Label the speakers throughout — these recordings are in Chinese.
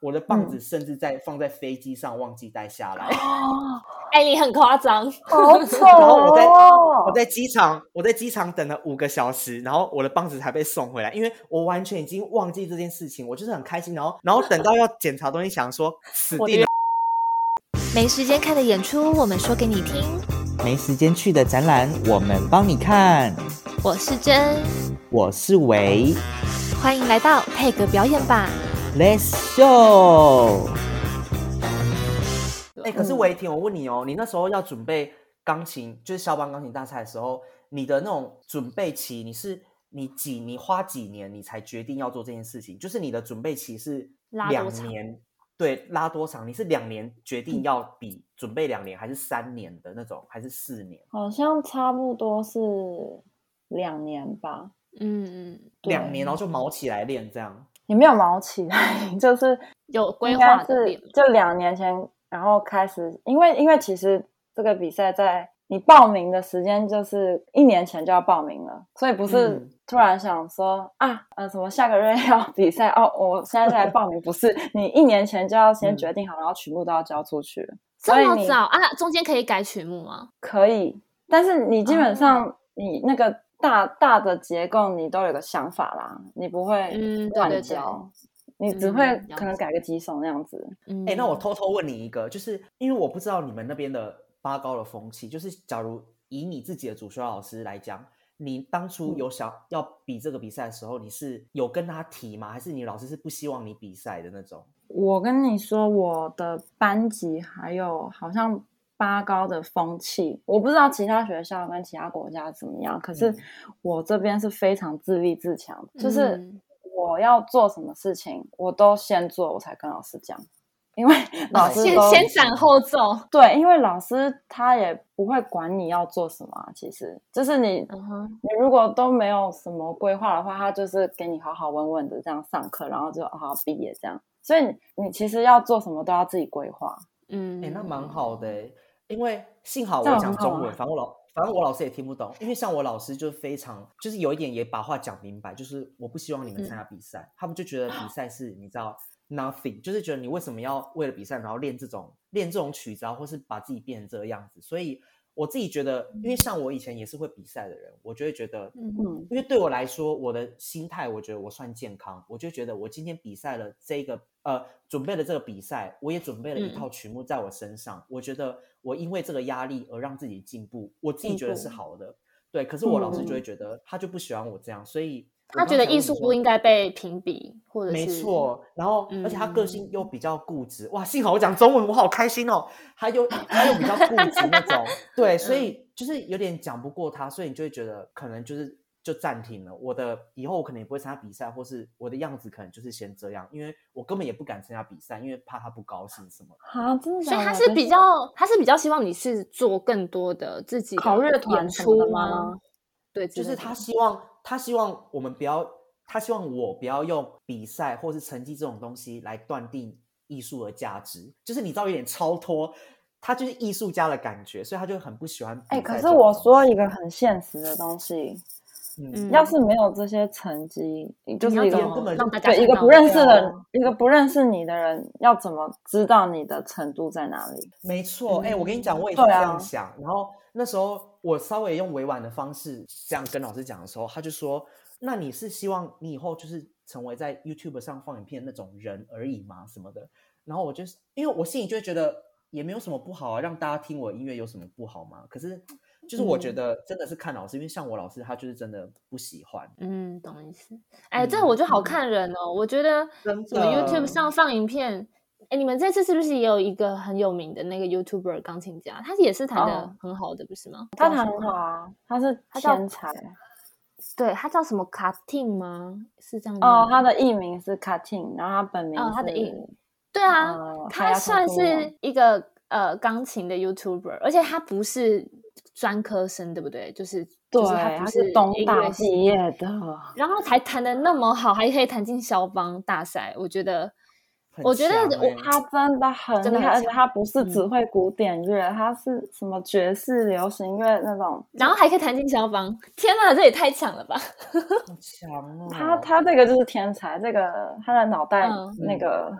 Speaker 1: 我的棒子甚至在、放在飞机上忘记带下来。
Speaker 2: 哎，你很夸张，
Speaker 3: 好丑
Speaker 1: 后我再我
Speaker 3: 哦！
Speaker 1: 在机场，我在机场等了五个小时，然后我的棒子才被送回来，因为我完全已经忘记这件事情，我就是很开心，然后然后等到要检查东西，想说死
Speaker 2: 我的
Speaker 1: 定了，
Speaker 4: 没时间看的演出，我们说给你听。
Speaker 5: 没时间去的展览，我们帮你看。
Speaker 4: 我是真，
Speaker 5: 我是维
Speaker 4: 欢迎来到配格表演吧。
Speaker 5: ，Let's show。嗯
Speaker 1: 哎、可是维婷，我问你哦，你那时候要准备钢琴，就是肖邦钢琴大赛的时候，你的那种准备期，你是你几你花几年你才决定要做这件事情？就是你的准备期是
Speaker 2: 拉多
Speaker 1: 两
Speaker 2: 长
Speaker 1: 年，对，拉多长？你是两年决定要比、准备两年，还是三年的那种，还是四年？
Speaker 3: 好像差不多是两年吧。
Speaker 2: 嗯嗯，
Speaker 3: 对
Speaker 1: 两年，然后就毛起来练这样。
Speaker 3: 也没有毛起来， 就是
Speaker 2: 有规
Speaker 3: 应该
Speaker 2: 划的
Speaker 3: 是
Speaker 2: 练
Speaker 3: 就两年前，然后开始，因为因为其实这个比赛在你报名的时间就是一年前就要报名了，所以不是
Speaker 1: 嗯
Speaker 3: 突然想说、啊，呃，什么下个月要比赛哦，我现在才来报名，不是你一年前就要先
Speaker 1: 嗯
Speaker 3: 决定好，然后曲目都要交出去了，
Speaker 2: 这
Speaker 3: 所以
Speaker 2: 么
Speaker 3: 你
Speaker 2: 早啊？中间可以改曲目吗？
Speaker 3: 可以，但是你基
Speaker 2: 哦
Speaker 3: 本上你那个大大的结构你都有个想法啦，你不会
Speaker 2: 嗯对对对
Speaker 3: 乱交，你只
Speaker 2: 嗯
Speaker 3: 会
Speaker 2: 了
Speaker 3: 可能
Speaker 2: 解
Speaker 3: 改个几首那样子。
Speaker 2: 嗯，
Speaker 1: 哎、那我偷偷问你一个，就是因为我不知道你们那边的八高的风气，就是假如以你自己的主修老师来讲，你当初有想要比这个比赛的时候，你是有跟他提吗？还是你老师是不希望你比赛的那种？
Speaker 3: 我跟你说，我的班级还有好像八高的风气，我不知道其他学校跟其他国家怎么样，可是
Speaker 1: 嗯
Speaker 3: 我这边是非常自立自强的，就是
Speaker 2: 嗯
Speaker 3: 我要做什么事情，我都先做，我才跟老师讲，因为老师
Speaker 2: 哦先
Speaker 3: 都
Speaker 2: 先斩后奏，
Speaker 3: 对，因为老师他也不会管你要做什么啊、其实就是你
Speaker 2: 嗯哼，
Speaker 3: 你如果都没有什么规划的话，他就是给你好好稳稳的这样上课，然后就好好毕业这样。所以你你其实要做什么都要自己规划。
Speaker 2: 嗯，
Speaker 1: 哎、那蛮好的、欸，因为幸好我
Speaker 3: 这样
Speaker 1: 讲
Speaker 3: 很好
Speaker 1: 中文，
Speaker 3: 啊
Speaker 1: 反正我老反正我老师也听不懂，因为像我老师就非常就是有一点也把话讲明白，就是我不希望你们参
Speaker 3: 嗯
Speaker 1: 加比赛，他们就觉得
Speaker 3: 啊
Speaker 1: 比赛是你知道 nothing，就是觉得你为什么要为了比赛然后练这种练这种曲子啊，或是把自己变成这个样子，所以我自己觉得，因为像我以前也是会比赛的人，我就会觉得，
Speaker 2: 嗯
Speaker 3: 嗯，
Speaker 1: 因为对我来说，我的心态，我觉得我算健康，我就觉得我今天比赛了这个，呃，准备了这个比赛，我也准备了一
Speaker 2: 嗯
Speaker 1: 套曲目在我身上，我觉得我因为这个压力而让自己进步，我自己
Speaker 3: 进
Speaker 1: 觉得是
Speaker 3: 步
Speaker 1: 好的，对。可是我老师就会
Speaker 3: 嗯
Speaker 1: 觉得他就不喜欢我这样，所以我
Speaker 2: 他
Speaker 1: 刚
Speaker 2: 觉得
Speaker 1: 才问
Speaker 2: 艺
Speaker 1: 你
Speaker 2: 术
Speaker 1: 说
Speaker 2: 不应该被评比，或者是
Speaker 1: 没，
Speaker 2: 嗯
Speaker 1: 错，然后而且他个性又比较固执，哇，幸好我讲中文，我好开心哦。他又他又比较固执那 种，对，所
Speaker 2: 嗯
Speaker 1: 以就是有点讲不过他，所以你就会觉得可能就是就暂停了。我的以后我可能也不会参加比赛，或是我的样子可能就是先这样，因为我根本也不敢参加比赛，因为怕他不高兴什么的。
Speaker 3: 好、真的假
Speaker 2: 所以
Speaker 3: 的
Speaker 2: 他
Speaker 3: 可
Speaker 2: 是比较，他是比较希望你是做更多的自己的
Speaker 3: 考乐团
Speaker 2: 演
Speaker 3: 什么的
Speaker 2: 出
Speaker 3: 吗？
Speaker 2: 对，之
Speaker 1: 就
Speaker 2: 类
Speaker 1: 是
Speaker 2: 的
Speaker 1: 他希望他希望我们不要，他希望我不要用比赛或是成绩这种东西来断定艺术的价值，就是你知道有点超脱，他就是艺术家的感觉，所以他就很不喜欢比赛
Speaker 3: 哎、
Speaker 1: 这种
Speaker 3: 可
Speaker 1: 东西。
Speaker 3: 是我说一个很现实的东西，
Speaker 1: 嗯，
Speaker 2: 嗯
Speaker 3: 要是没有这些成绩，你就
Speaker 2: 你要
Speaker 3: 是一个
Speaker 2: 怎么
Speaker 1: 根本就
Speaker 2: 让大家
Speaker 3: 对一
Speaker 2: 看
Speaker 3: 个
Speaker 2: 到
Speaker 3: 不
Speaker 2: 你
Speaker 3: 认识的
Speaker 2: 啊
Speaker 3: 人一个不认识你的人，要怎么知道你的程度在哪里？
Speaker 1: 没错，哎、我跟你
Speaker 2: 嗯
Speaker 1: 讲，我也是
Speaker 3: 对
Speaker 1: 这样
Speaker 3: 啊
Speaker 1: 想。然后那时候我稍微用委婉的方式这样跟老师讲的时候，他就说：“那你是希望你以后就是成为在 YouTube 上放影片的那种人而已吗？什么的？”然后我就是因为我心里就会觉得也没有什么不好啊，让大家听我音乐有什么不好吗？可是就是我觉
Speaker 2: 嗯
Speaker 1: 得真的是看老师，因为像我老师他就是真的不喜欢，
Speaker 2: 嗯，懂意思。哎，这
Speaker 1: 嗯
Speaker 2: 我觉得好看人哦，我觉得
Speaker 1: 真
Speaker 2: 什么 YouTube
Speaker 1: 的
Speaker 2: 上放影片，哎，你们这次是不是也有一个很有名的那个 YouTuber 钢琴家？他也是弹的
Speaker 3: 哦
Speaker 2: 很好的，不是吗？
Speaker 3: 他
Speaker 2: 叫
Speaker 3: 弹
Speaker 2: 什
Speaker 3: 很
Speaker 2: 么
Speaker 3: 好啊，他是
Speaker 2: 他叫
Speaker 3: 天才
Speaker 2: 对他叫什么卡 t i n 吗？是这样
Speaker 3: 哦，
Speaker 2: 念
Speaker 3: 他
Speaker 2: 吗
Speaker 3: 的艺名是 Katin，然后他本名
Speaker 2: 哦他的艺
Speaker 3: 是
Speaker 2: 对啊，
Speaker 3: 呃
Speaker 2: 他
Speaker 3: Hayato
Speaker 2: 算
Speaker 3: Kuno
Speaker 2: 是一个呃钢琴的 YouTuber，而且他不是专科生，对不对？就是
Speaker 3: 对，
Speaker 2: 就是他
Speaker 3: 他
Speaker 2: 不
Speaker 3: 是东
Speaker 2: 音
Speaker 3: 大
Speaker 2: 乐系
Speaker 3: 毕业的，
Speaker 2: 然后才弹的那么好，还可以弹进肖邦大赛，我觉得
Speaker 1: 很
Speaker 2: 我觉得
Speaker 1: 强
Speaker 2: 我
Speaker 1: 欸
Speaker 3: 他真的很嗯
Speaker 2: 真的
Speaker 3: 厉
Speaker 2: 很
Speaker 3: 害，而且
Speaker 2: 强
Speaker 3: 他不是只会古典乐，他是什么爵士、流行乐那种。
Speaker 2: 然后还可以弹进消防，天哪，这也太强了吧！
Speaker 1: 好强哦，
Speaker 3: 他他这个就是天才，这个他的脑袋
Speaker 2: 嗯
Speaker 3: 那个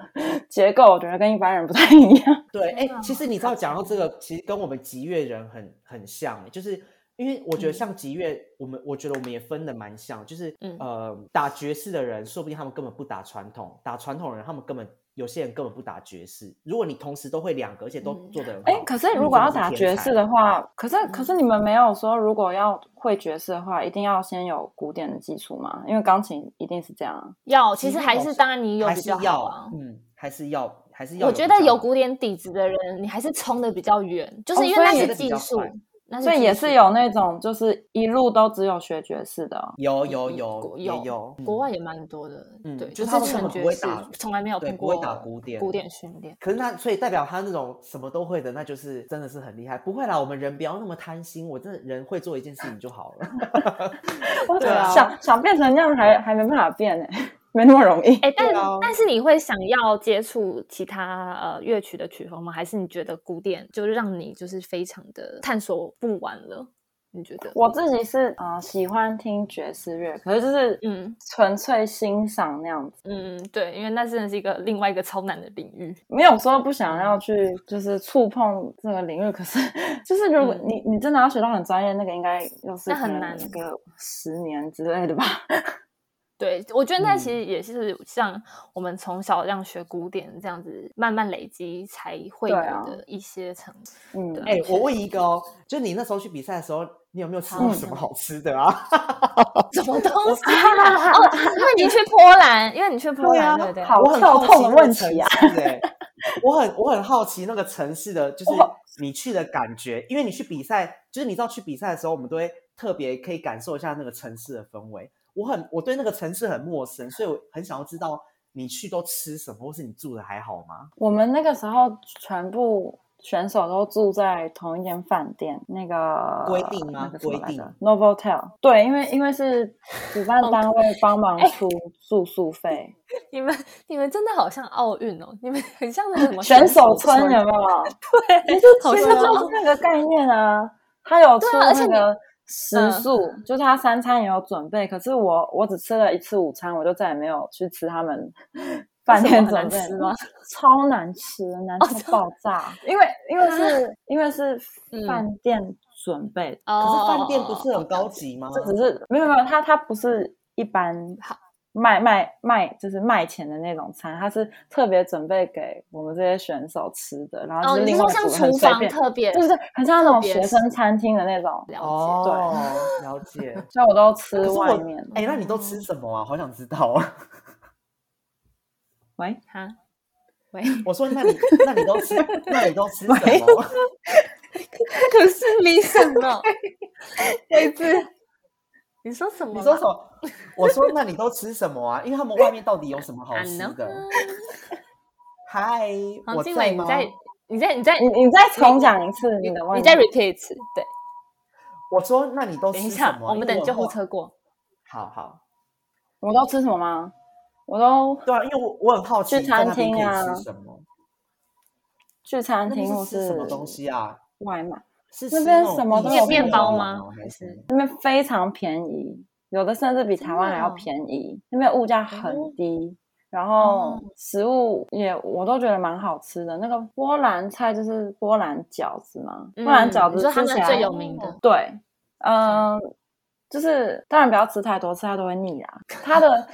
Speaker 3: 结构，我觉得跟一般人不太一样。
Speaker 1: 对，哎、
Speaker 2: 天哪
Speaker 1: 其实你知道讲到这个，其实跟我们吉乐人很很像、欸就是因为我觉得像吉乐，我们我觉得我们也分的蛮像，就是、
Speaker 2: 嗯
Speaker 1: 呃，打爵士的人，说不定他们根本不打传统，打传统人他们根本有些人根本不打爵士。如果你同时都会两个，而且都
Speaker 2: 嗯
Speaker 1: 做的很好，
Speaker 3: 哎、可是如果要打爵士的
Speaker 1: 话，
Speaker 3: 话，可是可是你们没有说，如果要会爵士的话，一定要先有古典的基础嘛？因为钢琴一定是这样啊。
Speaker 2: 要，其实
Speaker 1: 吉乐
Speaker 2: 还
Speaker 1: 老
Speaker 2: 是
Speaker 1: 师
Speaker 2: 当然你有
Speaker 1: 还
Speaker 2: 比
Speaker 1: 是
Speaker 2: 较
Speaker 1: 要
Speaker 2: 好啊。
Speaker 1: 嗯，还是要还是要。
Speaker 2: 我觉得有
Speaker 1: 股，
Speaker 2: 古典底子的人，你还是冲的比较远，就是
Speaker 3: 哦
Speaker 2: 因为
Speaker 3: 所以
Speaker 2: 那
Speaker 3: 也
Speaker 2: 是
Speaker 1: 是比
Speaker 2: 技
Speaker 1: 较
Speaker 2: 术
Speaker 1: 快，
Speaker 2: 那是
Speaker 3: 所以
Speaker 2: 技
Speaker 3: 也
Speaker 2: 术
Speaker 3: 是有那种就是一路都只有学爵士的哦、
Speaker 1: 有有有
Speaker 2: 嗯国
Speaker 1: 也
Speaker 2: 有
Speaker 1: 有
Speaker 2: 国
Speaker 1: 嗯
Speaker 2: 外也蛮多的，
Speaker 1: 嗯
Speaker 2: 对，
Speaker 1: 就是
Speaker 2: 是
Speaker 1: 他们根
Speaker 2: 纯
Speaker 1: 本
Speaker 2: 爵
Speaker 1: 不会
Speaker 2: 士
Speaker 1: 打，
Speaker 2: 从来没有
Speaker 1: 对
Speaker 2: 碰
Speaker 1: 不会
Speaker 2: 过
Speaker 1: 打古典
Speaker 2: 古典训练。
Speaker 1: 可是那所以代表他那种什么都会的，那就是真的是很厉害。不会啦，我们人不要那么贪心，我真的人会做一件事情就好了。
Speaker 3: 我
Speaker 1: 对啊
Speaker 3: 想想变成那样还还没办法变呢、 没那么容易。
Speaker 2: 哎，但、
Speaker 1: 对啊
Speaker 2: 但是你会想要接触其他呃乐曲的曲风吗？还是你觉得古典就是让你就是非常的探索不完了？你觉得？
Speaker 3: 我自己是呃喜欢听爵士乐，可是就是
Speaker 2: 嗯
Speaker 3: 纯粹欣赏那样子，
Speaker 2: 嗯，对，因为那真的是一个另外一个超难的领域。
Speaker 3: 没有说不想要去就是触碰这个领域。可是 就是如果
Speaker 2: 嗯
Speaker 3: 你、你真的要学到很专业，那个应该又是
Speaker 2: 那很
Speaker 3: 可能
Speaker 2: 难
Speaker 3: 个十年之类的吧。
Speaker 2: 对，我觉得那
Speaker 1: 嗯
Speaker 2: 其实也是像我们从小这样学古典这样子，慢慢累积才会有
Speaker 3: 对啊
Speaker 2: 的一些成。
Speaker 3: 嗯，
Speaker 2: 对啊
Speaker 1: 哎、我问一个哦，就你那时候去比赛的时候，你有没有吃到
Speaker 3: 嗯
Speaker 1: 什么好吃的啊？
Speaker 2: 什么东西啊？哦，因为 你去波兰，因为你去波
Speaker 1: 对啊
Speaker 2: 兰，对不对？
Speaker 3: 好
Speaker 1: 我很
Speaker 3: 跳
Speaker 1: 好
Speaker 3: 痛
Speaker 1: 奇
Speaker 3: 的
Speaker 1: 那
Speaker 3: 问
Speaker 1: 个
Speaker 3: 题
Speaker 1: 城
Speaker 3: 啊
Speaker 1: 市哎我很我很好奇那个城市的，就是你去的感觉，因为你去比赛，就是你知道去比赛的时候，我们都会特别可以感受一下那个城市的氛围。我很我对那个城市很陌生，所以我很想要知道你去都吃什么，或是你住的还好吗？
Speaker 3: 我们那个时候全部选手都住在同一间饭店，那个
Speaker 1: 规定吗
Speaker 3: 那个什么
Speaker 1: 规定哦
Speaker 3: 来着？Novotel。对，因为因为是主办单位帮忙
Speaker 1: 哎
Speaker 3: 出住宿费，
Speaker 2: 你们你们真的好像奥运哦，你们很像那个什么
Speaker 3: 选手村
Speaker 2: 村啊
Speaker 3: 有没有？
Speaker 2: 对，
Speaker 3: 其实
Speaker 2: 好
Speaker 3: 其实
Speaker 2: 像
Speaker 3: 就是那个概念啊，他有出
Speaker 2: 对啊而且
Speaker 3: 那
Speaker 2: 你嗯
Speaker 3: 个。食宿、就是他三餐也有准备，可是我我只吃了一次午餐，我就再也没有去吃他们饭店
Speaker 2: 很难
Speaker 3: 准备
Speaker 2: 吃吗？哦
Speaker 3: 超难吃，难吃爆炸。因为因为是因为是
Speaker 2: 嗯
Speaker 3: 饭店准备的，
Speaker 1: 可
Speaker 2: 哦
Speaker 1: 是饭店不是很高级吗？
Speaker 3: 这只是没有没有，它它不是一般
Speaker 2: 好
Speaker 3: 卖卖卖就是卖钱的那种餐，它是特别准备给我们这些选手吃的，然后
Speaker 2: 哦，
Speaker 3: 就是
Speaker 2: 你
Speaker 3: 另
Speaker 2: 是
Speaker 3: 外
Speaker 2: 说
Speaker 3: 煮
Speaker 2: 像
Speaker 3: 很
Speaker 2: 厨
Speaker 3: 随
Speaker 2: 房
Speaker 3: 便
Speaker 2: 特别
Speaker 3: 对对对，很像那
Speaker 2: 特
Speaker 3: 种
Speaker 2: 别
Speaker 3: 学生餐厅的那种，
Speaker 2: 了解？
Speaker 1: 哦，了解。
Speaker 3: 所以我都吃
Speaker 1: 可是我
Speaker 3: 外面。
Speaker 1: 哎、那你都吃什么啊？好想知道啊！
Speaker 3: 喂，
Speaker 2: 哈，喂，
Speaker 1: 我说，那你那你都吃，那你都吃什么？
Speaker 3: 啊
Speaker 2: 可是你什么？位置？你说什么？
Speaker 1: 你说什么？我说那你都吃什么啊？因为他们外面到底有什么好吃的？嗨，
Speaker 2: 啊黄
Speaker 1: 我
Speaker 2: 哦静伟，
Speaker 1: 在
Speaker 2: 你
Speaker 1: 吗？
Speaker 2: 在你在你在
Speaker 3: 你你再重讲一次你的问
Speaker 2: 你
Speaker 3: 题，
Speaker 2: 再 repeat 一次，对，
Speaker 1: 我说那你都
Speaker 2: 等
Speaker 1: 吃
Speaker 2: 一
Speaker 1: 什
Speaker 2: 下，
Speaker 1: 么啊？
Speaker 2: 我们
Speaker 1: 因为
Speaker 2: 等救护
Speaker 1: 很好。
Speaker 2: 车过。
Speaker 1: 好好，
Speaker 3: 我都吃什么吗？我都
Speaker 1: 对啊，因为我我很好奇
Speaker 3: 去餐
Speaker 1: 在那边
Speaker 3: 厅啊
Speaker 1: 可以吃什么？
Speaker 3: 去餐
Speaker 1: 那
Speaker 3: 厅
Speaker 1: 边
Speaker 3: 或
Speaker 1: 是吃什么东西啊？
Speaker 3: 外卖。
Speaker 1: 是
Speaker 3: 那
Speaker 1: 吃
Speaker 3: 边
Speaker 1: 种
Speaker 3: 什么都
Speaker 1: 意
Speaker 3: 有
Speaker 1: 式
Speaker 2: 面
Speaker 1: 料
Speaker 2: 包
Speaker 1: 理
Speaker 2: 吗
Speaker 1: 还是
Speaker 3: 那边非常便宜，有的甚至比台湾还要
Speaker 2: 真的哦
Speaker 3: 便宜。那边物价很低，然后
Speaker 2: 哦
Speaker 3: 食物也我都觉得蛮好吃的。那个波兰菜就是波兰饺子嘛，波兰饺
Speaker 2: 嗯
Speaker 3: 子
Speaker 2: 你说他
Speaker 3: 吃
Speaker 2: 们
Speaker 3: 起来
Speaker 2: 最有名的，
Speaker 3: 对，嗯、就是当然不要吃太多，吃太多会腻 啊。它的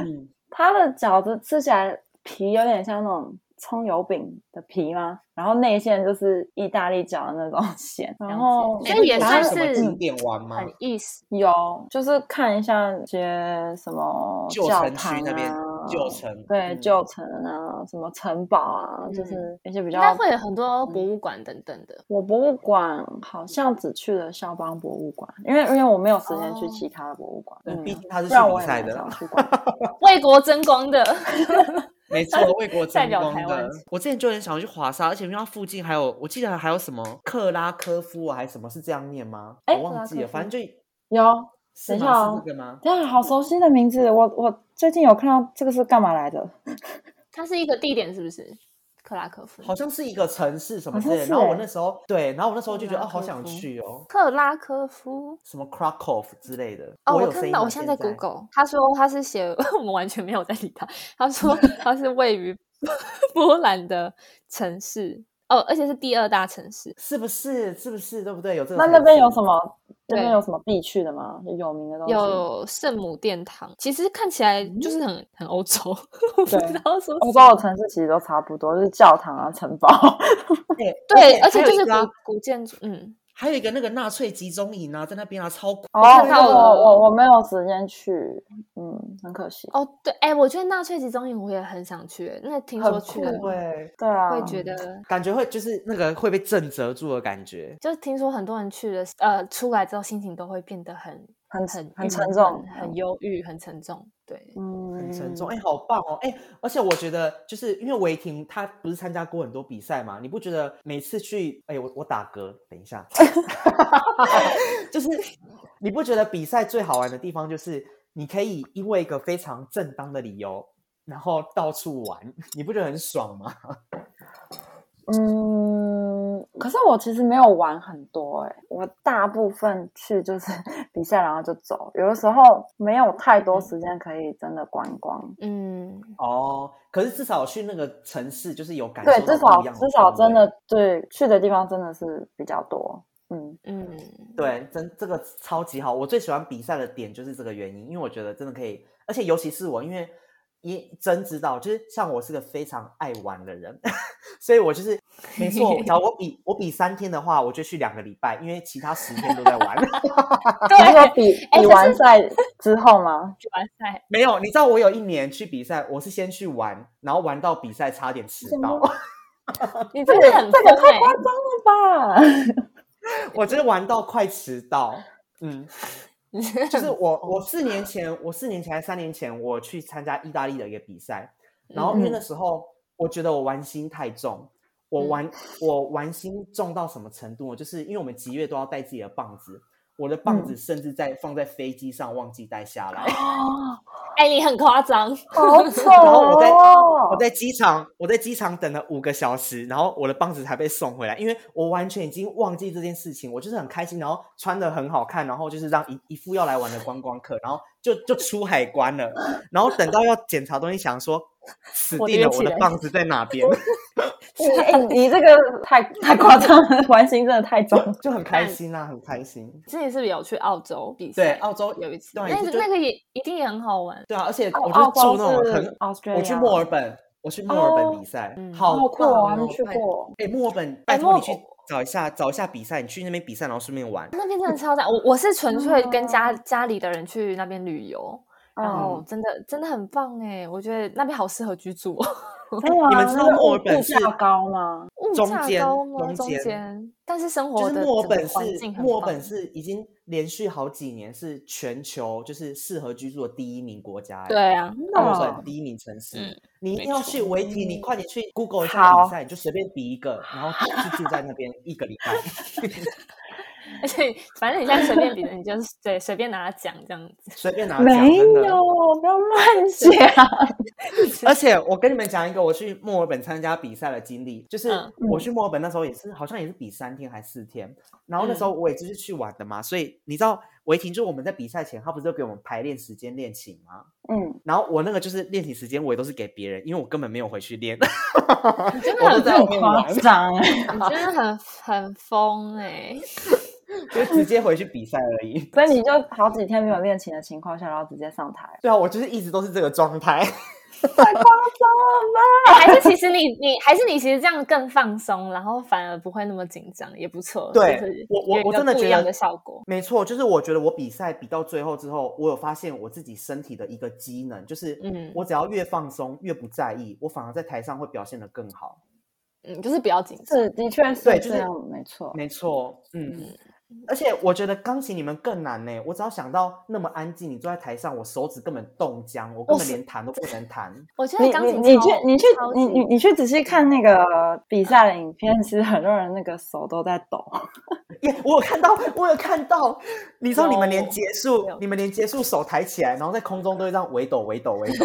Speaker 1: 嗯，
Speaker 3: 它的饺子吃起来皮有点像那种。葱油饼的皮吗？然后内馅就是意大利饺的那种馅，然后
Speaker 1: 嗯
Speaker 2: 所以也
Speaker 3: 反正
Speaker 2: 算
Speaker 1: 什么
Speaker 2: 是哎
Speaker 1: 景点玩吗？
Speaker 2: 很意思，
Speaker 3: 有，就是看一下一些什么
Speaker 1: 旧
Speaker 3: 教
Speaker 1: 城
Speaker 3: 堂
Speaker 1: 区那边
Speaker 3: 啊，
Speaker 1: 旧城
Speaker 3: 对
Speaker 1: 嗯
Speaker 3: 旧城啊，什么城堡啊，就
Speaker 2: 嗯
Speaker 3: 是一些比
Speaker 2: 应该
Speaker 3: 较。
Speaker 2: 会有很多
Speaker 1: 嗯
Speaker 2: 博物馆等等的。
Speaker 3: 我博物馆好像只去了肖邦博物馆，因为因为我没有时间去
Speaker 2: 哦
Speaker 3: 其他的博物馆，
Speaker 1: 对
Speaker 3: 嗯
Speaker 1: 毕竟他是
Speaker 3: 不然
Speaker 1: 去比
Speaker 3: 我也
Speaker 1: 赛
Speaker 3: 蛮
Speaker 1: 的
Speaker 3: 想去逛
Speaker 2: 为国争光的，
Speaker 1: 没错，为国
Speaker 2: 代
Speaker 1: 争
Speaker 2: 表
Speaker 1: 光
Speaker 2: 台湾
Speaker 1: 的。我之前就很想要去华沙，而且因为它附近还有，我记得还有什么克拉科夫啊，还是什么是这样念吗？
Speaker 3: 哎
Speaker 1: 我
Speaker 3: 克拉
Speaker 1: 忘记
Speaker 3: 科
Speaker 1: 了，
Speaker 3: 夫
Speaker 1: 反正就
Speaker 3: 有，
Speaker 1: 是
Speaker 3: 等一
Speaker 1: 吗
Speaker 3: 下哦
Speaker 1: 是这个吗？
Speaker 3: 对啊，好熟悉的名字，我我最近有看到这个是干嘛来的？
Speaker 2: 它是一个地点是不是？克拉科夫，
Speaker 1: 好像是一个城市什么之
Speaker 3: 好像
Speaker 1: 类的。
Speaker 3: 是
Speaker 1: 然后我
Speaker 3: 欸
Speaker 1: 那时候对，然后我那时候就觉得
Speaker 2: 克
Speaker 1: 哦，
Speaker 2: 拉
Speaker 1: 好
Speaker 2: 科
Speaker 1: 想
Speaker 2: 夫
Speaker 1: 去哦，
Speaker 2: 克拉科夫。
Speaker 1: 什么 Krakow 之类的。
Speaker 2: 哦，我
Speaker 1: 有声
Speaker 2: 看
Speaker 1: 音
Speaker 2: 到，
Speaker 1: 吗
Speaker 2: 我现在在
Speaker 1: 在
Speaker 2: Google，他说他是写， 我们完全没有在理他。他说他是位于波兰的城市，哦，而且是第二大城市。
Speaker 1: 是不是？是不是？对不对？有这个
Speaker 3: 那
Speaker 1: 城市。
Speaker 3: 那边有什么？那边
Speaker 2: 对
Speaker 3: 有什么必去的吗？有有名的东西？
Speaker 2: 有圣母殿堂，其实看起来就是很、很欧洲， 我不知
Speaker 3: 对哦
Speaker 2: 道说
Speaker 3: 欧
Speaker 2: 什
Speaker 3: 洲
Speaker 2: 么
Speaker 3: 的城市其实都差不多，就是教堂啊、城堡。
Speaker 1: 对
Speaker 2: 对，而且
Speaker 1: 还有
Speaker 2: 就
Speaker 1: 一
Speaker 2: 是
Speaker 1: 个啊
Speaker 2: 古古建筑，嗯，
Speaker 1: 还有一个那个纳粹集中营啊，在那边啊，超酷。
Speaker 3: 哦，
Speaker 2: 看
Speaker 3: 这
Speaker 2: 到
Speaker 3: 个
Speaker 2: 了
Speaker 3: 我我我没有时间去，嗯，很可惜。
Speaker 2: 哦对，哎，我觉得纳粹集中营我也很想去，那听
Speaker 3: 很
Speaker 2: 说去了
Speaker 3: 酷
Speaker 1: 对，
Speaker 3: 对啊，
Speaker 2: 会觉得
Speaker 1: 感觉会就是那个会被震折住的感觉。
Speaker 2: 就听说很多人去了，呃，出来之后心情都会变得很
Speaker 3: 很
Speaker 2: 很
Speaker 3: 很
Speaker 2: 郁
Speaker 3: 沉
Speaker 2: 闷
Speaker 3: 重
Speaker 2: 很忧郁、很沉重。对，
Speaker 3: 嗯
Speaker 1: 很沉重，哎、好棒哦，哎、而且我觉得，就是因为韦霆他不是参加过很多比赛嘛，你不觉得每次去，哎、我我打嗝，等一 下， 就是你不觉得比赛最好玩的地方就是你可以因为一个非常正当的理由，然后到处玩，你不觉得很爽吗？
Speaker 3: 嗯，可是我其实没有玩很多哎、我大部分去就是 比赛，然后就走。有的时候没有太多时间可以真的观光。
Speaker 2: 嗯，
Speaker 1: 哦，可是至少去那个城市，就是有感受
Speaker 3: 对，
Speaker 1: 到
Speaker 3: 至
Speaker 1: 不
Speaker 3: 少
Speaker 1: 一样
Speaker 3: 至少
Speaker 1: 氛
Speaker 3: 真
Speaker 1: 围
Speaker 3: 的对去的地方真的是比较多。嗯，
Speaker 2: 嗯，
Speaker 1: 对，真这个超级好。我最喜欢比赛的点就是这个原因，因为我觉得真的可以，而且尤其是我，因为一真知道，就是像我是个非常爱玩的人， 所以我就是没错。假如我比我比三天的话，我就去两个礼拜，因为其他十天都在玩。
Speaker 3: 你说
Speaker 2: 对，
Speaker 3: 比
Speaker 2: 哎
Speaker 3: 比
Speaker 2: 可
Speaker 3: 完
Speaker 2: 是
Speaker 3: 赛之后 吗？
Speaker 2: 去完赛，
Speaker 1: 没有，你知道我有一年去比赛，我是先去玩，然后玩到比赛差点迟
Speaker 3: 什么
Speaker 1: 到。啊
Speaker 2: 你
Speaker 3: 这
Speaker 2: 真
Speaker 3: 个
Speaker 2: 的很
Speaker 3: 这个
Speaker 2: 疯
Speaker 3: 太
Speaker 2: 哎、
Speaker 3: 夸张了吧！
Speaker 1: 我真的玩到快迟到。嗯，
Speaker 2: 欸
Speaker 1: 就是我我四年前，我四年前还是三年前，我去参加意大利的一个比赛，然后因为那时候我觉得我玩心太重，我
Speaker 2: 嗯
Speaker 1: 玩、我玩心重到什么程度呢？就是因为我们几月都要带自己的棒子。我的棒子甚至在放在飞机上忘记带下来，
Speaker 2: 哎、你很夸张，
Speaker 3: 好丑
Speaker 1: 后我在我
Speaker 3: 哦！
Speaker 1: 在机场，我在机场等了五个小时，然后我的棒子才被送回来，因为我完全已经忘记这件事情，我就是很开心，然后穿的很好看，然后就是让一一副要来玩的观光客，然后就就出海关了，然后等到要检查东西，想说死
Speaker 2: 我
Speaker 1: 定
Speaker 2: 约
Speaker 1: 了，
Speaker 2: 起
Speaker 1: 我的
Speaker 2: 来
Speaker 1: 棒子在哪边，
Speaker 3: 哎、你这个太 太夸张了， 玩心真的太重。
Speaker 1: 就很开心啊，很开心。
Speaker 2: 之前是不是有去澳洲比
Speaker 1: 对，
Speaker 2: 赛？
Speaker 1: 澳洲
Speaker 2: 有一次，
Speaker 1: 对
Speaker 2: 那个
Speaker 1: 就
Speaker 2: 那个也一定也很好玩。
Speaker 1: 对啊，而且
Speaker 3: 澳
Speaker 1: 我就是
Speaker 3: 洲
Speaker 1: 住那种
Speaker 3: 哦是
Speaker 1: 很，
Speaker 3: Australia
Speaker 1: 我去墨尔本，我去墨尔本比赛，
Speaker 2: 嗯
Speaker 1: 好
Speaker 3: 好酷
Speaker 1: 棒
Speaker 3: 哦
Speaker 1: 哦，
Speaker 3: 还没去
Speaker 1: 拜
Speaker 3: 过。
Speaker 1: 哎，墨尔本，拜
Speaker 2: 哎
Speaker 1: 托
Speaker 2: 墨
Speaker 1: 你去
Speaker 2: 尔
Speaker 1: 找一下，找一下比赛，你去那边比赛，然后顺便玩。
Speaker 2: 那边真的超赞，我我是纯粹跟家家里的人去那边旅游，然后
Speaker 1: 嗯
Speaker 2: 真的真的很棒哎，我觉得那边好适合居住 哦，
Speaker 3: 真的
Speaker 1: 你
Speaker 3: 吗
Speaker 1: 们知
Speaker 3: 那
Speaker 1: 道
Speaker 3: 个
Speaker 1: 墨尔
Speaker 3: 物
Speaker 1: 本
Speaker 3: 物价
Speaker 1: 是
Speaker 3: 高吗？
Speaker 2: 物
Speaker 1: 中
Speaker 2: 价
Speaker 1: 间
Speaker 2: 高吗？
Speaker 1: 中
Speaker 2: 中
Speaker 1: 间
Speaker 2: 间，但是生
Speaker 1: 就
Speaker 2: 活
Speaker 1: 是
Speaker 2: 的
Speaker 1: 墨尔
Speaker 2: 哦整
Speaker 1: 本
Speaker 2: 个环
Speaker 1: 是
Speaker 2: 境很
Speaker 1: 墨尔
Speaker 2: 棒
Speaker 1: 本是已经连续好几年是全球就是适合居住的第一名国家，，欸
Speaker 2: 对啊，
Speaker 3: 真的
Speaker 1: 墨尔
Speaker 3: 哦
Speaker 1: 本第一名城市。
Speaker 2: 嗯
Speaker 1: 你一定
Speaker 2: 没
Speaker 1: 要
Speaker 2: 错
Speaker 1: 去维提，你快点去 Google 一下
Speaker 3: 好
Speaker 1: 比赛，你就随便比一个，然后就住在那边一个礼拜。
Speaker 2: 而且反正你现在随便比的，你就是对随便拿奖这样子，
Speaker 1: 随便拿奖，
Speaker 3: 没
Speaker 1: 啊真的。
Speaker 3: 有，不要乱讲。
Speaker 1: 而且我跟你们讲一个我去墨尔本参加比赛的经历，就是
Speaker 2: 嗯
Speaker 1: 我去墨尔本那时候也是，好像也是比三天还四天，然后那
Speaker 2: 嗯
Speaker 1: 时候我也就是去玩的嘛，所以你知道韦霆就我们在比赛前，他不是就给我们排练时间练琴吗？
Speaker 3: 嗯，
Speaker 1: 然后我那个就是练习时间，我也都是给别人，因为我根本没有回去练，
Speaker 2: 你真的
Speaker 1: 我都
Speaker 2: 很
Speaker 1: 在外
Speaker 3: 很
Speaker 1: 面
Speaker 3: 夸
Speaker 1: 玩，
Speaker 3: 张哎。
Speaker 2: 你真的 很很疯哎，
Speaker 1: 就直接回去比赛而已。
Speaker 3: 所以你就好几天没有练琴的情况下，然后直接上台，
Speaker 1: 对啊，我就是一直都是这个状态。
Speaker 2: 哎还是其实你你还是你其实这样更放松，然后反而不会那么紧张，也不错。
Speaker 1: 对
Speaker 2: 哦就是
Speaker 1: 我我
Speaker 2: 有一
Speaker 1: 我
Speaker 2: 个
Speaker 1: 真的
Speaker 2: 不
Speaker 1: 觉
Speaker 2: 一样
Speaker 1: 得
Speaker 2: 的效果，
Speaker 1: 没错，就是我觉得我比赛比到最后之后，我有发现我自己身体的一个机能，就是
Speaker 2: 嗯
Speaker 1: 我只要越放松越不在意，我反而在台上会表现得更好。
Speaker 2: 嗯，就是比较紧张。
Speaker 3: 是的确是
Speaker 1: 对就是
Speaker 3: 这样，没错。
Speaker 1: 没错，嗯。而且我觉得钢琴你们更难呢、我只要想到那么安静，你坐在台上，我手指根本冻僵，我根本
Speaker 2: 哦是
Speaker 1: 连弹都不能弹。
Speaker 2: 我觉
Speaker 3: 你
Speaker 2: 得钢
Speaker 3: 你
Speaker 2: 琴
Speaker 3: 你去
Speaker 2: 超
Speaker 3: 你去
Speaker 2: 超
Speaker 3: 你
Speaker 2: 级
Speaker 3: 你你去仔细看那个比赛的影片，其实很多人那个手都在抖。
Speaker 1: 耶、 我有看到，我有看到。你知道你们连
Speaker 2: 有
Speaker 1: 结束
Speaker 2: 有，
Speaker 1: 你们连结束手抬起来，然后在空中都会这样围抖、围抖、围抖。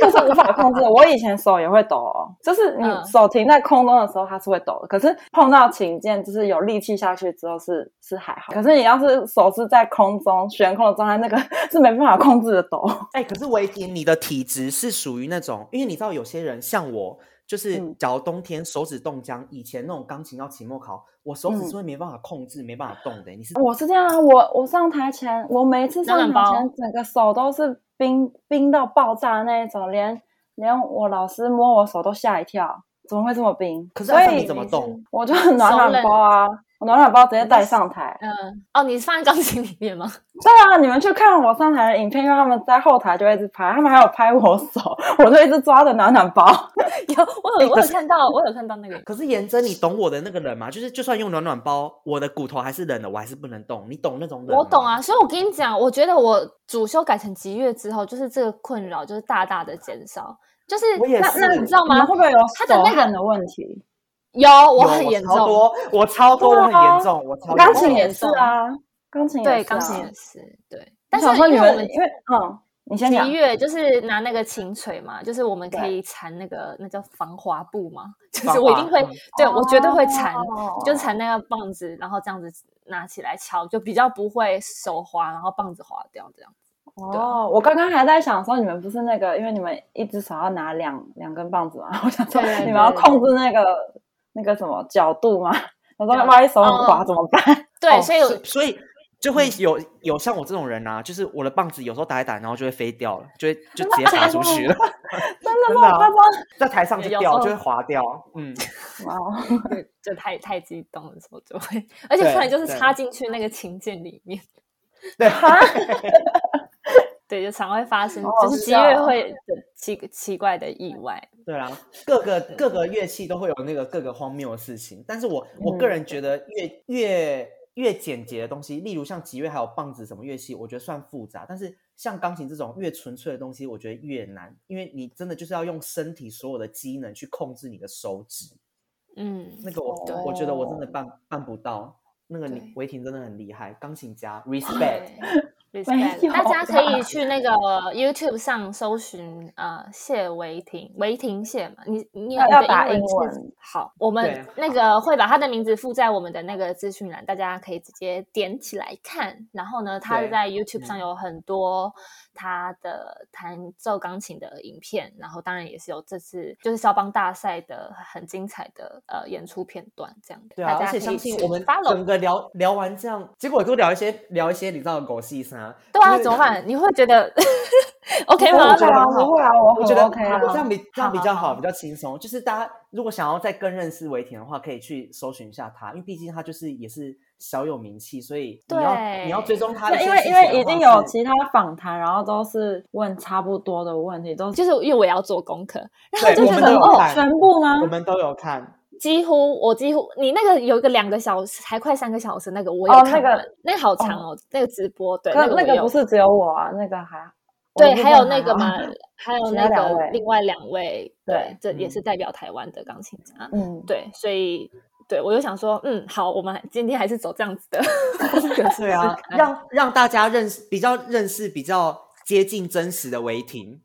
Speaker 3: 这个是无法控制的。我以前手也会抖哦，就是你
Speaker 2: 嗯
Speaker 3: 手停在空中的时候，它是会抖的。可是碰到琴键，就是有力气下去之后是是还好。可是你要是手是在空中悬空的状态，那个是没办法控制的抖。
Speaker 1: 哎、 可是维婷，你的体质是属于那种，因为你知道有些人像我，就是
Speaker 3: 嗯
Speaker 1: 假如冬天手指冻僵，以前那种钢琴要期末考，我手指
Speaker 3: 嗯
Speaker 1: 是会没办法控制、没办法动的。你是
Speaker 3: 我是这样啊，我我上台前，我每次上
Speaker 2: 暖
Speaker 3: 台
Speaker 2: 包
Speaker 3: 前，整个手都是冰冰到爆炸那一种，连连我老师摸我手都吓一跳，怎么会这么冰？
Speaker 1: 可是
Speaker 3: 所
Speaker 1: 阿尚
Speaker 3: 以
Speaker 1: 你怎么
Speaker 3: 每次
Speaker 1: 动？
Speaker 3: 我就暖
Speaker 2: 手
Speaker 3: 暖
Speaker 2: 冷
Speaker 3: 包啊，我暖暖包直接带上台。
Speaker 2: 嗯，哦，你是放在钢琴里面吗？
Speaker 3: 对啊，你们去看我上台的影片，因为他们在后台就会一直拍，他们还有拍我手， 我就一直抓着暖暖包。
Speaker 2: 有，
Speaker 1: 哎
Speaker 2: 我有，我有看到，我有看到 那个。
Speaker 1: 可是颜真，你懂我的那个冷吗？就是就算用暖暖包，我的骨头还是冷的，我还是不能动。你懂那种冷？
Speaker 2: 我懂。啊，所以我跟你讲，我觉得我主修改成吉月之后，就是这个困扰就是大大的减少。就是
Speaker 1: 我也
Speaker 2: 那那
Speaker 1: 是
Speaker 2: 你知道
Speaker 3: 你们
Speaker 2: 吗
Speaker 3: 会？不会有
Speaker 2: 他的
Speaker 3: 手
Speaker 2: 那个
Speaker 3: 汗的问题？
Speaker 2: 有，我
Speaker 1: 有
Speaker 2: 很严
Speaker 1: 超
Speaker 2: 重，
Speaker 1: 多，我超多，我
Speaker 3: 对
Speaker 1: 很
Speaker 3: 啊
Speaker 1: 严重，我超
Speaker 3: 钢
Speaker 1: 严
Speaker 3: 琴
Speaker 1: 重
Speaker 3: 也是啊，钢琴也是啊
Speaker 2: 对，钢琴也。是，对。但是
Speaker 3: 我想说
Speaker 2: 因
Speaker 3: 你
Speaker 2: 为我们
Speaker 3: 因为嗯，你先讲
Speaker 2: 吉。月就是拿那个琴锤嘛，就是我们可
Speaker 3: 对
Speaker 2: 以缠那个那叫防滑布嘛， 就
Speaker 1: 防
Speaker 2: 是我一
Speaker 1: 滑
Speaker 2: 定会
Speaker 1: 嗯，
Speaker 2: 对我绝对会缠，
Speaker 3: 哦
Speaker 2: 就缠那个棒子，然后这样子拿起来敲，就比较不会手滑，然后棒子滑掉这样。对啊
Speaker 3: 哦，我刚刚还在想说，你们不是那个，因为你们一只手要拿两两根棒子嘛， 我想说
Speaker 2: 对对
Speaker 3: 你们要
Speaker 2: 对
Speaker 3: 控制那个那个什么角度嘛。我说
Speaker 2: 对
Speaker 3: 万一手很
Speaker 2: 哦
Speaker 3: 滑怎么办？
Speaker 2: 对，
Speaker 1: 哦
Speaker 2: 所以嗯
Speaker 1: 是所以就会有有像我这种人啊，就是我的棒子有时候打一打，然后就会飞掉了， 就会就直接打出去了，
Speaker 3: 真的这
Speaker 1: 真的
Speaker 3: 么
Speaker 1: 啊
Speaker 3: 夸张？
Speaker 1: 在台上就
Speaker 2: 有
Speaker 1: 掉，
Speaker 2: 时候
Speaker 1: 就会滑掉。 嗯，
Speaker 3: 哇哦！
Speaker 2: 就 就太太激动了，时候就会， 而且突然就是插进去那个琴键里面，
Speaker 1: 对。
Speaker 2: 对，就常会发生，
Speaker 3: 好好
Speaker 2: 就是吉
Speaker 3: 笑
Speaker 2: 乐
Speaker 3: 哦
Speaker 2: 会的奇奇怪的意外。
Speaker 1: 对啦，各个各个乐器都会有那个各个荒谬的事情，但是我我个
Speaker 3: 嗯
Speaker 1: 人觉得越越越简洁的东西，例如像吉乐还有棒子什么乐器，我觉得算复杂，但是像钢琴这种越纯粹的东西，我觉得越难，因为你真的就是要用身体所有的机能去控制你的手指，
Speaker 2: 嗯，
Speaker 1: 那个我、
Speaker 2: 对
Speaker 1: 我觉得我真的办办不到。那个
Speaker 2: 对
Speaker 1: 你维婷真的很厉害，钢琴 家 respect。
Speaker 3: 没
Speaker 2: 对，respect，大
Speaker 3: 有
Speaker 2: 家可以
Speaker 3: 吧
Speaker 2: 去那个 YouTube 上搜寻呃谢维婷，维婷谢嘛，你你有
Speaker 3: 要
Speaker 2: 你
Speaker 3: 要
Speaker 2: 的
Speaker 3: 打
Speaker 2: 英
Speaker 3: 英
Speaker 2: 文是
Speaker 3: 文
Speaker 2: 好，我们
Speaker 1: 对
Speaker 2: 那个会把他的名字附在我们的那个资讯栏，大家可以直接点起来看。然后呢，他
Speaker 1: 对
Speaker 2: 在 YouTube 上
Speaker 1: 嗯
Speaker 2: 有很多他的弹奏钢琴的影片，然后当然也是有这次就是肖邦大赛的很精彩的呃演出片段这样的，
Speaker 1: 对
Speaker 2: 大
Speaker 1: 啊，而
Speaker 2: 家
Speaker 1: 且
Speaker 2: 可
Speaker 1: 相
Speaker 2: 以
Speaker 1: 信
Speaker 2: 去
Speaker 1: 我们
Speaker 2: follow
Speaker 1: 整个聊聊完这样，结果都聊一些聊一些你知道的狗屁啥，
Speaker 2: 对啊，
Speaker 1: 就是
Speaker 2: 怎么办？你会觉 得
Speaker 3: 哎
Speaker 2: OK
Speaker 1: 我
Speaker 2: 吗？
Speaker 1: 觉得蛮好
Speaker 3: 不会啊，我
Speaker 1: 我
Speaker 3: 很
Speaker 1: 觉得
Speaker 3: OK 啊。
Speaker 1: 这样比这样比较
Speaker 2: 好好
Speaker 1: 好，比较轻松。就是大家如果想要再更认识维田的话，可以去搜寻一下他，因为毕竟他就是也是小有名气，所以你要你要
Speaker 2: 对
Speaker 1: 追踪他的
Speaker 3: 那
Speaker 1: 一
Speaker 3: 因
Speaker 1: 些
Speaker 3: 为
Speaker 1: 事情
Speaker 3: 因
Speaker 1: 的话是。
Speaker 3: 为已经有其他访谈，然后都是问差不多的问题，都是
Speaker 2: 就是因为我也要做功课，
Speaker 1: 对，我
Speaker 3: 全
Speaker 1: 们都
Speaker 3: 部
Speaker 1: 有看，
Speaker 3: 哦全部吗
Speaker 1: 我？们都有看。
Speaker 2: 几乎我几乎你那个有一个两个小时，还快三个小时那个我
Speaker 3: 哦
Speaker 2: 有看
Speaker 3: 那个
Speaker 2: 完，那个好长哦，那个直播对，
Speaker 3: 可
Speaker 2: 个
Speaker 3: 那
Speaker 2: 我
Speaker 3: 个
Speaker 2: 有
Speaker 3: 不是只有我啊，那个还
Speaker 2: 对，
Speaker 3: 我的部
Speaker 2: 还有
Speaker 3: 分
Speaker 2: 那个
Speaker 3: 好啊
Speaker 2: 嘛，还有
Speaker 3: 其他
Speaker 2: 那
Speaker 3: 两
Speaker 2: 个
Speaker 3: 位
Speaker 2: 另外两位，对
Speaker 3: 对，
Speaker 2: 这也是
Speaker 1: 嗯
Speaker 2: 代表台湾的钢琴家，
Speaker 3: 嗯，
Speaker 2: 对，所以对我就想说，嗯，好，我们今天还是走这样子的 风格，
Speaker 1: 对啊，让让大家认识比较认识比较接近真实的维婷。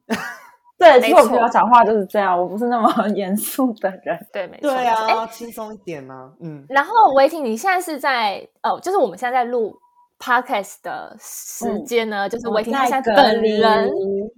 Speaker 3: 对，其
Speaker 2: 没
Speaker 3: 实我
Speaker 2: 错
Speaker 3: 平常讲话就是这样，我不是那么严肃的 人。
Speaker 2: 对， 没错，
Speaker 1: 对
Speaker 2: 没错哎
Speaker 1: 啊，轻松一点啊。嗯，
Speaker 2: 然后维婷，你现在是在哦，就是我们现在在录 podcast 的时
Speaker 1: 嗯
Speaker 2: 间呢，就是
Speaker 1: 哦
Speaker 2: 维婷她现在本人，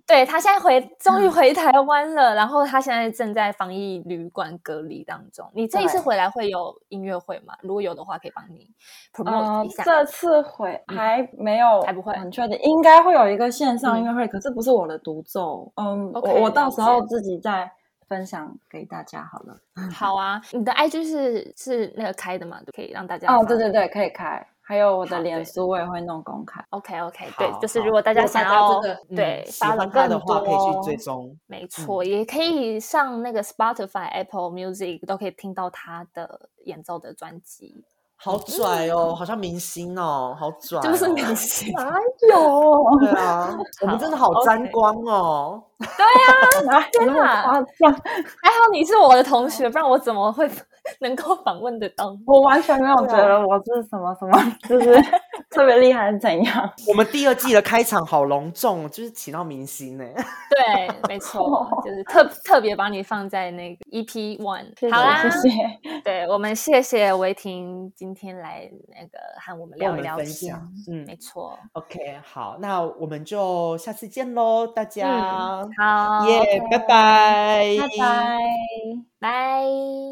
Speaker 2: 对她现在回终
Speaker 1: 嗯
Speaker 2: 于回台湾了，然后她现在正在防疫旅馆隔离当中。你这一次
Speaker 3: 对
Speaker 2: 回来会有音乐会吗？如果有的话，可以帮你 promote
Speaker 3: 呃
Speaker 2: 一下。，
Speaker 3: 这次回嗯还没有，
Speaker 2: 还不会
Speaker 3: 很确定，应该会有一个线上
Speaker 2: 嗯
Speaker 3: 音乐会，可是不是我的独奏，嗯，我
Speaker 2: OK，
Speaker 3: 我到
Speaker 2: 了
Speaker 3: 时候
Speaker 2: 解
Speaker 3: 自己再分享给大家好了。
Speaker 2: 好啊，你的 IG 是是那个开的嘛，可以让大家
Speaker 3: 哦，对
Speaker 2: follow
Speaker 3: 对对，可以开，还有我
Speaker 2: 啊好
Speaker 3: 的
Speaker 2: 对
Speaker 3: 脸书我也会弄公开。
Speaker 2: OK OK，对，
Speaker 1: 好
Speaker 2: 就是
Speaker 1: 好
Speaker 2: 如果大家
Speaker 1: 如果
Speaker 2: 想
Speaker 1: 家
Speaker 2: 要
Speaker 1: 真的嗯
Speaker 2: 对
Speaker 1: 喜
Speaker 2: 发了
Speaker 1: 欢他的
Speaker 2: 更
Speaker 1: 话，可以去
Speaker 2: 多
Speaker 1: 追踪。
Speaker 2: 没错，
Speaker 1: 嗯
Speaker 2: 也可以上那个 Spotify、Apple Music 都可以听到他的演奏的专辑，
Speaker 1: 好拽哦，好像明星哦，好拽、哦。
Speaker 2: 嗯是不是明星？
Speaker 1: 哎
Speaker 3: 哪 有？
Speaker 2: 哦
Speaker 1: 对 啊，我们真的好沾
Speaker 2: OK
Speaker 1: 光哦。
Speaker 3: 啊 哪有那么夸 张？
Speaker 2: 还好你是我的同学，不然我怎么 会能够访问得到你？啊
Speaker 3: 我完全没有觉得我是什么什么，就是特别厉害是怎样？
Speaker 1: 我们第二季的开场好隆重，就是请到明星呢、
Speaker 2: 对，没错，就是特特别把你放在那个 EP one。好啦，
Speaker 3: 谢谢。
Speaker 2: 对我们谢谢维婷今天来那个和我们
Speaker 1: 跟我
Speaker 2: 聊一
Speaker 1: 们
Speaker 2: 聊
Speaker 1: 分
Speaker 2: 天，
Speaker 1: 享嗯
Speaker 2: 没错，
Speaker 1: OK，好，那我们就下次见喽，大家，
Speaker 2: 嗯好，
Speaker 1: 耶、拜拜，
Speaker 3: 拜拜。
Speaker 2: 拜。